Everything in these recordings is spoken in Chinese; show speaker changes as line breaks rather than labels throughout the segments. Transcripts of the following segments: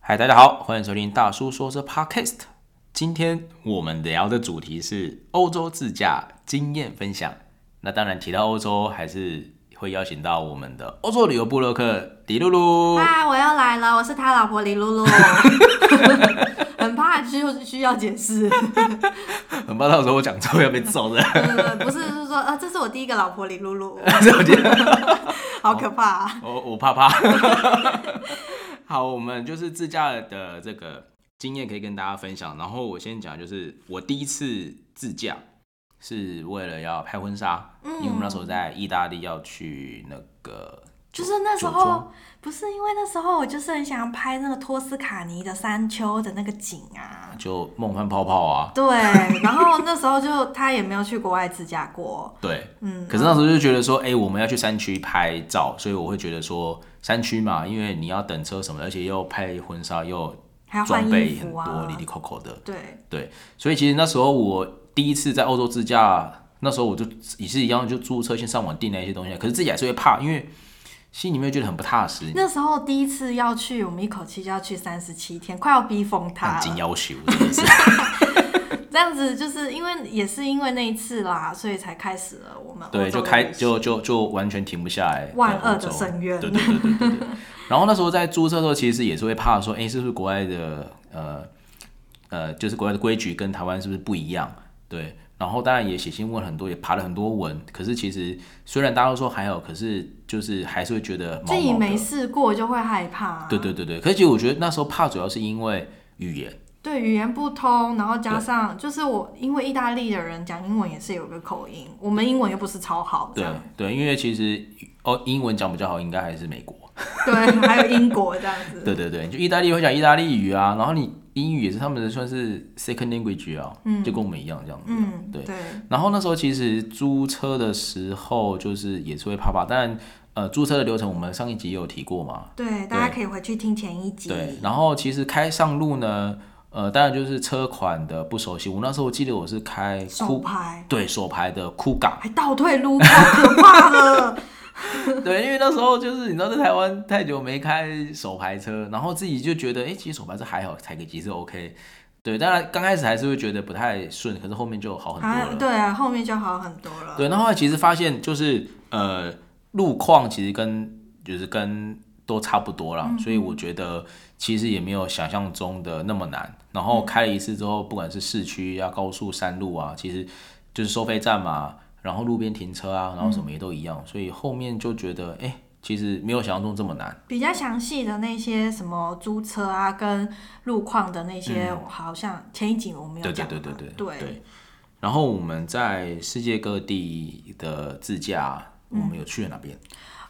嗨，大家好，欢迎收听大叔说车 Podcast。今天我们聊的主题是欧洲自驾经验分享。那当然提到欧洲，还是会邀请到我们的欧洲旅游部落客迪露露。
嗨，我又来了，我是他老婆 李露露。很怕需需要解释，
很怕到时候我讲错要被揍的。
呃不是是说啊，这是我第一个老婆李露露，
这我觉得
好可怕、啊。
我我怕 怕。好，我们就是自驾的这个经验可以跟大家分享。然后我先讲，就是我第一次自驾是为了要拍婚纱，
嗯
因为我们那时候在意大利要去那个酒，
就是那时
酒庄
候，不是因为那时候我就是很想拍那个托斯卡尼的山丘的那个景啊。
就梦幻泡泡啊，
对， 然后那时候就他也没有去国外自驾过，
对，
嗯
可是那时候就觉得说，哎、我们要去山区拍照，所以我会觉得说，山区嘛，因为你要等车什么的，而且又拍婚纱又
还要
装
换
备
衣
很
服
多，
啊
里里。扣扣的，
对，
对，所以其实那时候我第一次在欧洲自驾，那时候我就也是一样，就租车先上网订那些东西，可是自己还是会怕，因为心里面觉得很不踏实，
那时候第一次要去，我们一口气就要去三十七天，快要逼疯他
很
了
紧。要 求真的是。
这样子就是因为也是因为那一次啦，所以才开始了我们
对，
欧洲
就
的
开
旅行
就就就完全停不下来，
万
在欧
恶的
洲
深渊
对对对对对对。 然后那时候在租车的时候，其实也是会怕说，哎、是不是国外的呃呃，就是国外的规矩跟台湾是不是不一样？对。然后当然也写信问很多，也爬了很多文。可是其实虽然大家都说还有，可是就是还是会觉得毛
自己
毛
没
的。
试过就会害怕、啊，
对对对对，可是其实我觉得那时候怕主要是因为语言，
对语言不通，然后加上就是我因为意大利的人讲英文也是有个口音，我们英文又不是超好，这
对
样
对，因为其实哦英文讲比较好，应该还是美国。
对，还有英国这样子，
啊 对对对，就意大利会讲意大利语啊，然后你英语也是他们的算是 second language 啊，就跟我们一样这样子。
嗯，
对
对，
然后那时候其实租车的时候，就是也是会怕怕，但呃，租车的流程我们上一集也有提过嘛，
对，大家可以回去听前一集，
对，然后其实开上路呢，呃，当然就是车款的不熟悉，我那时候我记得我是开
手
酷，
牌
对手牌的酷港。
还倒退撸，好可 怕的，
对，因为那时候就是你知道，在台湾太久没开手排车，然后自己就觉得，哎、其实手排车还好，踩个几次 OK。对，当然刚开始还是会觉得不太顺，可是后面就好很多
啊，
了。
对啊，后面就好很多了，
对，那后来其实发现就是呃，路况其实跟就是跟都差不多
嗯
啦，所以我觉得其实也没有想象中的那么难。然后开了一次之后，不管是市区啊、高速、山路啊，其实就是收费站嘛，然后路边停车啊，然后
嗯
什么也都一样，所以后面就觉得哎、诶其实没有想象中这么难。
比较详细的那些什么租车啊，跟路况的那些，好像前一集我们有
嗯对
讲
对
嘛，
对对对
对
然后我们在世界各地的自驾，我
嗯
们有去了哪边？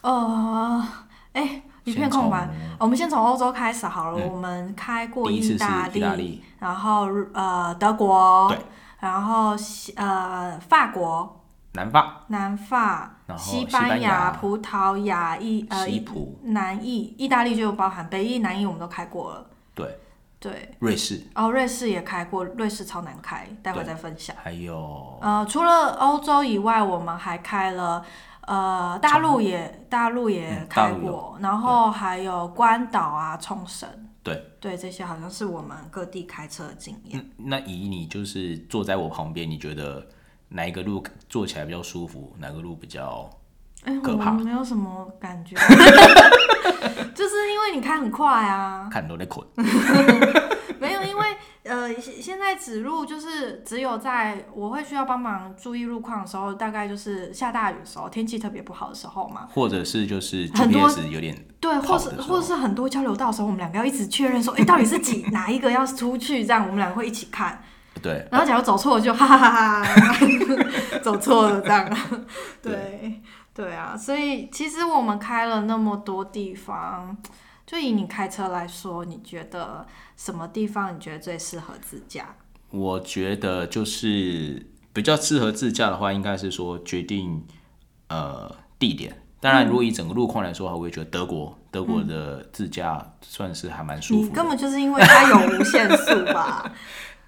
呃，哎、一片空白。我们先从欧洲开始好了，我们开过
嗯第一次
意
是
大
意大利，
然后呃德国
对，
然后西呃法国、
南法、
南法、
然后
西
西班牙
牙、葡萄牙、意呃
西
意
普、
南意、意大利就包含北意、南意，我们都开过了。
对，
对，
瑞士，
哦，瑞士也开过，瑞士超难开，待会再分享。
还有
呃，除了欧洲以外，我们还开了呃大陆也大陆也
嗯大
开
陆有
过，然后还有关岛啊、冲绳，
对
对，这些好像是我们各地开车的经验。
嗯那以你就是坐在我旁边，你觉得哪一个路坐起来比较舒服？哪个路比较？
哎、
可
我
怕
没有什么感觉， 就是因为你开很快啊，
看你都在捆。
没有因为呃现现在指路就是只有在我会需要帮忙注意路况的时候，大概就是下大雨的时候，天气特别不好的时候嘛。
或者是就是
啊很多
GPS 有点
对，或
跑
是
的时
或是很多交流道的时候，我们两个要一直确认说，哎、到底 是几哪一个要出去？这样我们两个会一起看。
不对，
然后假如走错了就哈哈哈哈，走错了这样。对对啊，所以其实我们开了那么多地方，就以你开车来说，你觉得什么地方你觉得最适合自驾？
我觉得就是比较适合自驾的话，应该是说决定呃地点。当然，如果以整个路况来说的话，我也觉得德国德国的自驾算是还蛮舒
你
服的。
根本就是因为它有无限速吧？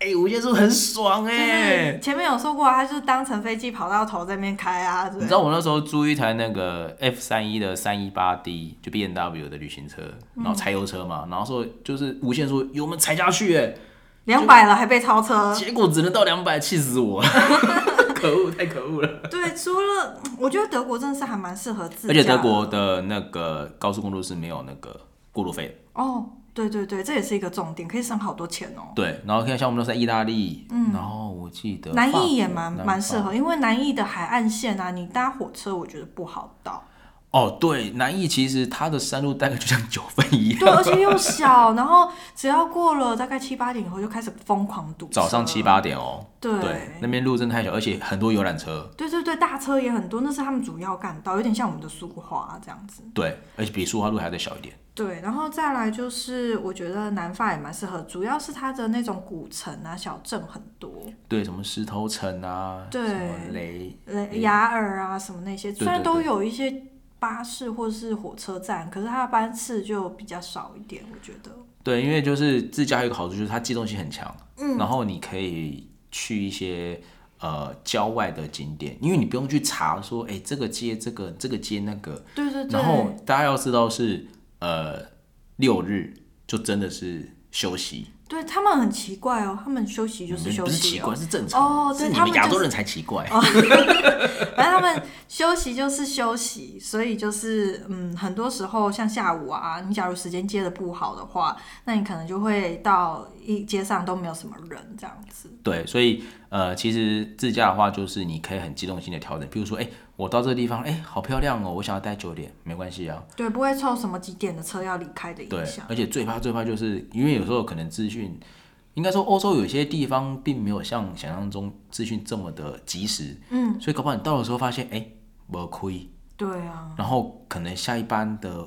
哎、无限速很爽
就
哎、
是前面有说过啊，他就是当成飞机跑到头在那边开啊，对
你知道我那时候租一台那个 F 三一的三一八 D，就 B N W 的旅行车，然
嗯
后柴油车嘛，然后说就是无限速油门踩下去、欸，
两百了还被超车。
结果只能到两百，气死我！ 可恶，太可恶 了。
对，除了嗯我觉得德国真的是还蛮适合自驾
而
的，
且德国的那个高速公路是没有那个过路费的，
哦，对对对，这也是一个重点，可以省好多钱哦。
对。然后看像我们都是在意大利，然后我记得
嗯南
法国
艺也蛮蛮适
法
合，因为南艺的海岸线啊，你搭火车我觉得不好到，
哦，对，南艺其实它的山路大概就像九份一样，
对，而且又小，然后只要过了大概七八点以后就开始疯狂堵车，
早上七八点哦，
对
那边路真的太小，而且很多游览车，
对对对，大车也很多，那是他们主要干道，有点像我们的苏花这样子。
对，而且比苏花路还要再小一点。
对，然后再来就是，我觉得南法也蛮适合，主要是它的那种古城啊、小镇很多，
对，什么石头城啊，
对
什么雷，
呃，雅尔啊什么那些，
嗯对
虽然
对
都
对
有一些巴士或是火车站，可是它的班次就比较少一点，我觉得。
对，因为就是自驾还有一个好处就是它机动性很强，嗯，然后你可以去一些呃郊外的景点，因为你不用去查说，哎、这个街这个这个街那个，
对对对
然，后大家要知道是呃六日就真的是休息，
对他们很奇怪哦，他们休息就
嗯你
是
们
休
不是奇
息、哦
怪，，是正常
哦
的，
对
是你
他
们
们
亚
就
洲
是
人才奇怪，
反正他们休息就是休息，所以就是嗯，很多时候像下午啊，你假如时间接的不好的话，那你可能就会到一街上都没有什么人这样子。
对，所以呃，其实自驾的话，就是你可以很机动性的调整，比如说，哎、我到这个地方，哎、好漂亮哦，我想要待久点，没关系啊。
对，不会受什么几点的车要离开的
对
影响，。
而且最怕最怕就是因为有时候可能资讯，应该说欧洲有些地方并没有像想象中资讯这么的及时，嗯，所以搞不好你到的时候发现，哎、没亏，
对啊，
然后可能下一班的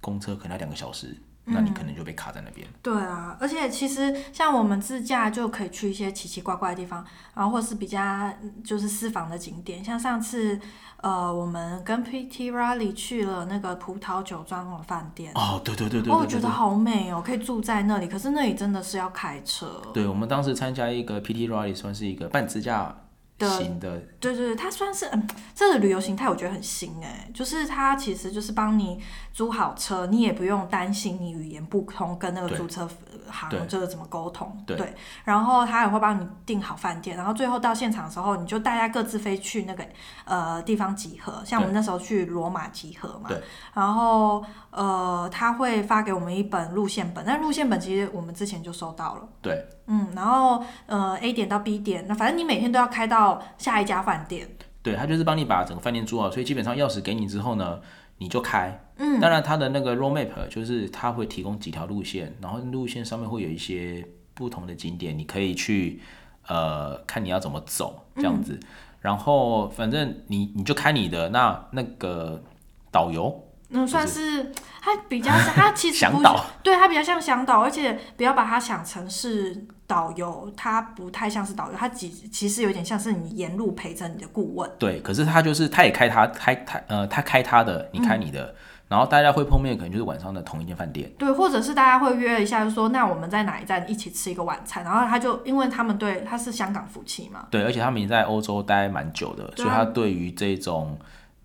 公车可能要两个小时，
嗯
那你可能就被卡在那边。
对啊，而且其实像我们自驾就可以去一些奇奇怪怪的地方，然后或是比较嗯就是私房的景点，像上次呃我们跟 PT Rally 去了那个葡萄酒庄的饭店，
哦，对对对对对
哦，我
对
觉得好美哦，可以住在那里，可是那里真的是要开车。
对，我们当时参加一个 PT Rally，算是一个半自驾
的
型的
对对对，它算是嗯，这个旅游形态我觉得很新哎、就是它其实就是帮你租好车，你也不用担心你语言不通跟那个
对
租车呃行
对
这个怎么沟通，
对
然后他也会帮你订好饭店，然后最后到现场的时候，你就大家各自飞去那个呃地方集合，像我们那时候去罗马集合嘛，
对，
然后呃他会发给我们一本路线本，但路线本其实我们之前就收到了。
对，
嗯，然后呃 A 点到 B 点，那反正你每天都要开到下一家饭店。
对，他就是帮你把整个饭店租好，所以基本上钥匙给你之后呢，你就开。嗯，当然它的那个 road map 就是它会提供几条路线，然后路线上面会有一些不同的景点，你可以去呃看你要怎么走这样子。然后反正你你就开你的，那那个导游
嗯，算是它比较像，它其实
向
不
导
对，它比较像向导，而且不要把它想成是导游，它不太像是导游，它其其实有点像是你沿路陪着你的顾问。
对，可是他就是他也开他开他呃他开他的，你开你的，然后大家会碰面可能就是晚上的同一间饭店。
对，或者是大家会约一下，就说那我们在哪一站一起吃一个晚餐，然后他就因为他们对他是香港夫妻嘛，
对，而且他们也在欧洲待蛮久的，所
对啊
以他对于这种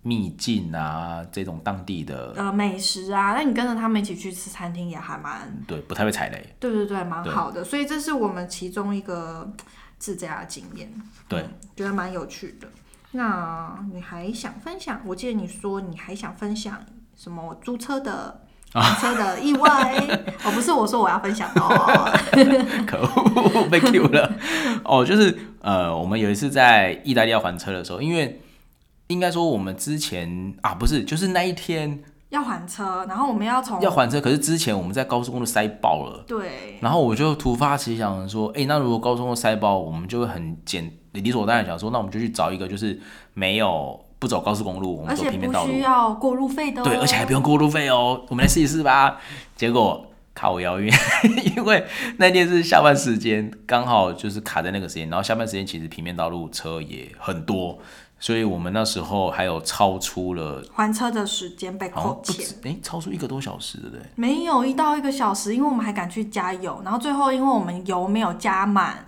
秘境啊，这种当地的，
呃美食啊，那你跟着他们一起去吃餐厅也还蛮
对，不太会踩雷。
对对对，蛮
对
好的。所以这是我们其中一个自驾的经验，嗯
对，
觉得蛮有趣的。那你还想分享？我记得你说你还想分享什么租 车的、停车的意外？哦，不是，我说我要分享的哦。
可恶，被 Q 了。哦，就是呃，我们有一次在意大利要还车的时候，因为应该说我们之前啊，不是，就是那一天
要还车，然后我们要从
要还车，可是之前我们在高速公路塞爆了。
对
然后我就突发奇想说，哎、那如果高中的塞包，我们就会很简理所当然想说，那我们就去找一个就是没有不走高速公路，我
而
们走
且
平面
不
道路
需，要过路费的、哦，
对，而且还不用过路费哦。我们来试一试吧。结果靠遥远， 因为那天是下班时间，刚好就是卡在那个时间。然后下班时间其实平面道路车也很多，所以我们那时候还有超出了，
还车的时间被
好像
扣
不
钱
止。，哎、超出一个多小时，对不对？
没有一到一个小时，因为我们还赶去加油，然后最后因为我们油没有加满，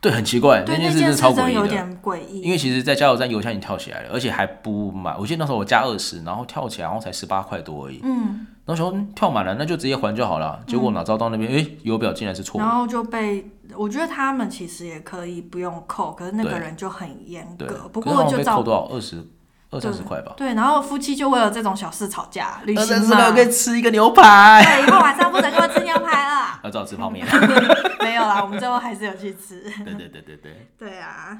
对，很奇怪，
对，
件
那件
是
事
超
真
诡
的有
异的。
点诡异，
因为其实，在加油站油箱已经跳起来了，而且还不满。我记得那时候我加二十，然后跳起来，然后才十八块多而已。
嗯，
然后想说、嗯跳满了，那就直接还就好了。结果哪知道到那边，诶，油表竟然是错
然
的。
后就被我觉得他们其实也可以不用扣，可是那个
对
人就很严
对，
格，不
可是
过
好像
就
被扣
照
多少？二十二三十
对
块吧。
对，然后夫妻就为了这种小事吵架，旅
二
行
三十
嘛
块，可以吃一个牛排。
对，以后晚上不准给我吃牛排了。
要只好吃泡面。啊
没有啦，我们最后还是有去吃。
对对对对对，
对啊，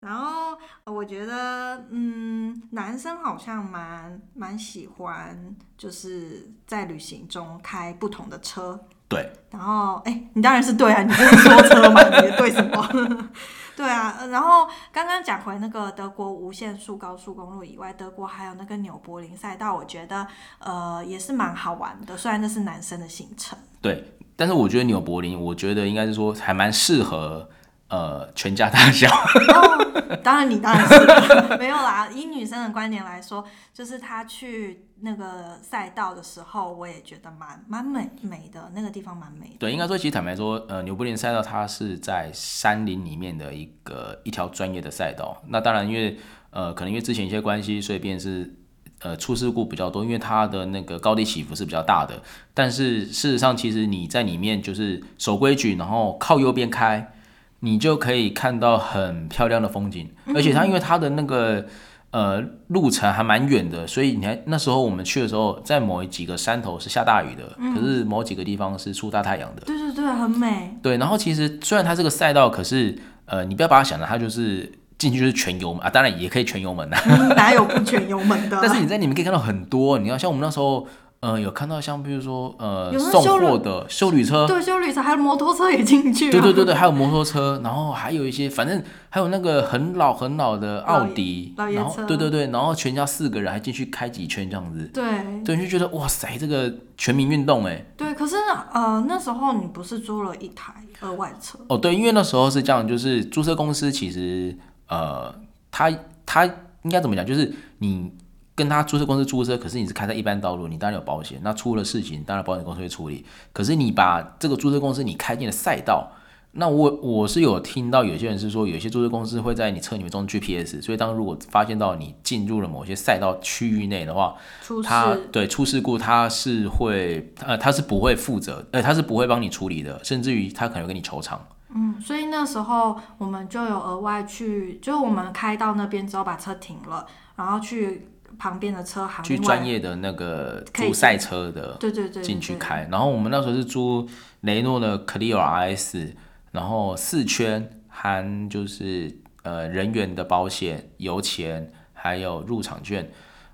然后呃我觉得，嗯，男生好像蛮蛮喜欢，就是在旅行中开不同的车。
对，
然后，哎、你当然是对啊，你就是说车嘛，你对什么？ 对啊，呃然后刚刚讲回那个德国无限速高速公路以外，德国还有那个纽柏林赛道，我觉得呃也是蛮好玩的，虽然那是男生的行程。
对，但是我觉得纽柏林，我觉得应该是说还蛮适合呃全家大小。
哦，当然你当然是没有啦。以女生的观点来说，就是她去那个赛道的时候，我也觉得蛮蛮美美的，那个地方蛮美的。
对，应该说其实坦白说，呃，纽柏林赛道它是在山林里面的一个一条专业的赛道。那当然，因为呃，可能因为之前一些关系，所以便是呃出事故比较多，因为它的那个高低起伏是比较大的。但是事实上，其实你在里面就是守规矩，然后靠右边开，你就可以看到很漂亮的风景。
嗯
而且它因为它的那个呃路程还蛮远的，所以你还那时候我们去的时候，在某几个山头是下大雨的，
嗯
可是某几个地方是出大太阳的。
对对对，很美。
对，然后其实虽然它这个赛道，可是呃，你不要把它想的它就是进去就是全油门啊，当然也可以全油门呐、
嗯哪有不卷油门的？啊
但是你在里面可以看到很多，你要像我们那时候呃有看到像比如说呃
有那
送
修旅
货的修旅车，
对，修旅车还有摩托车也进去、啊。
对对对对，还有摩托车，然后还有一些，反正还有那个很老很老的奥迪，
老爷
然
老爷车
后对对对，然后全家四个人还进去开几圈这样子，
对
对，就觉得哇塞，这个全民运动哎，
对可是呃那时候你不是租了一台额外车？
哦对，因为那时候是这样，就是租车公司其实呃，他他应该怎么讲，就是你。跟他租车公司租车，可是你是开在一般道路，你当然有保险。那出了事情，当然保险公司会处理。可是你把这个租车公司你开进了赛道，那我我是有听到有些人是说，有些租车公司会在你车里面装 GPS，所以当如果发现到你进入了某些赛道区域内的话，
出事
他对出事故他是会呃他是不会负责，呃他是不会帮你处理的，甚至于他可能会跟你求偿。
嗯，所以那时候我们就有额外去，就是我们开到那边之后把车停了，然后去旁边的车行
去
另外
专业的那个
可以
租赛车的
对对对对
进去
对
开。然后我们那时候是租雷诺的 Clio RS，然后四圈含就是呃人员的保险、油钱还有入场券，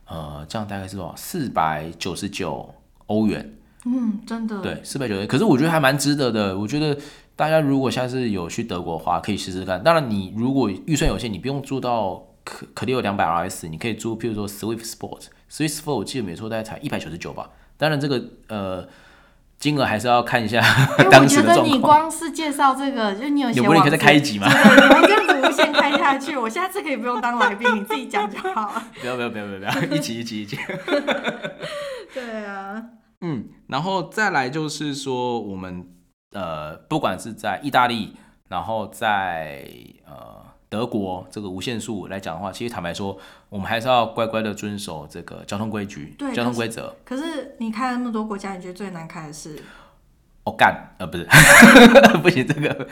呃，这样大概是多少？四百九十九欧元，
嗯，真的
对，四百九十。可是我觉得还蛮值得的，我觉得。大家如果下次有去德国的话，可以试试看。当然，你如果预算有限，你不用租到可可 Clio 两百 RS，你可以租，譬如说 Swift Sport，Swift Sport 我记得没错，大概才一百九十九吧。当然，这个呃金额还是要看一下
因为我
当
觉
时的
得
状
你
况。
光是介绍这个，就你有写
有不你可以
网
再
志，
开一集吗？
对，你们这样子无限开下去，我下次可以不用当来宾，你自己讲就好了。
不要不要不要不要不要，一集一集一集。
对啊，
嗯，然后再来就是说，我们呃，不管是在意大利，然后在呃德国这个无限速来讲的话，其实坦白说，我们还是要乖乖的遵守这个交通规矩
对、
交
可
通
是
规则。
可是你看那么多国家，你觉得最难开的是
哦，干，呃，不是， 不行，这个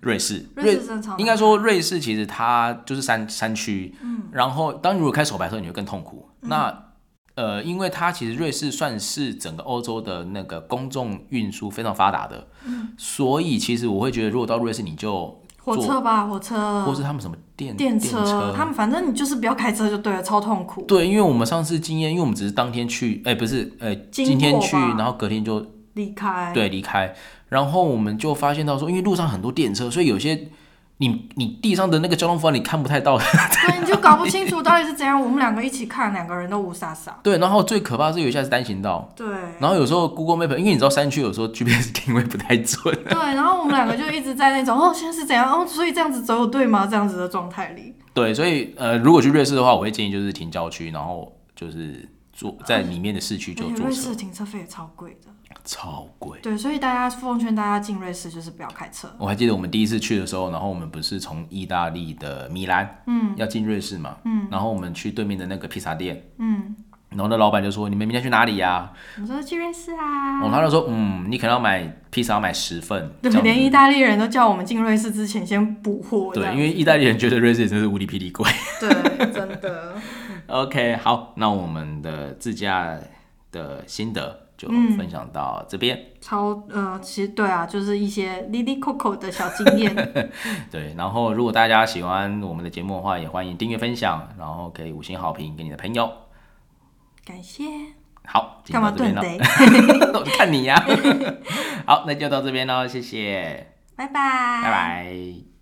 瑞士，
瑞士正常
应该说瑞士其实它就是山山区，嗯，然后当你如果开手排车，你会更痛苦。
嗯
那呃，因为它其实瑞士算是整个欧洲的那个公众运输非常发达的，嗯，所以其实我会觉得，如果到瑞士，你就
火车吧，火车
或是他们什么电
电
电
车，他们反正你就是不要开车就对了，超痛苦。
对，因为我们上次经验，因为我们只是当天去，哎、不是，哎、
经
今天
过
去，
吧
然后隔天就
离开，
对，离开。然后我们就发现到说，因为路上很多电车，所以有些你你地上的那个交通方案你看不太到。
对，你就搞不清楚到底是怎样。我们两个一起看，两个人都无傻傻。
对，然后最可怕的是有一下是单行道，
对。
然后有时候 Google Map，因为你知道山区有时候 GPS 定位不太准。
对，然后我们两个就一直在那种哦，现在是怎样哦，所以这样子走有对吗？这样子的状态里，
对，所以呃，如果去瑞士的话，我会建议就是停郊区，然后就是坐在里面的市区就
而且
坐
哎瑞
车
士，的停车费也超贵的，
超贵。
对，所以大家奉劝大家进瑞士就是不要开车。
我还记得我们第一次去的时候，然后我们不是从意大利的米兰，嗯，要进瑞士嘛，嗯，然后我们去对面的那个披萨店，
嗯，
然后那老板就说：“你们明天去哪里呀、
我们说去瑞士啊
然，后他就说：“嗯，你可能要买披萨要买十份，
对
这，样
连
子
意大利人都叫我们进瑞士之前先补货这
对，
样，
因为意大利人觉得瑞士也真是无敌霹雳贵。
对，真的，
OK，好，那我们的自驾的心得就
嗯
分享到这边。
超呃，其实对啊，就是一些 Lily Coco 的小经验，
对，然后如果大家喜欢我们的节目的话，也欢迎订阅、分享，然后给五星好评给你的朋友。
感谢。
好，今
干
天
嘛
到这
顿
边了，
得？
我就 看你呀、好，那就到这边喽，谢谢，
拜拜，
拜
拜
拜。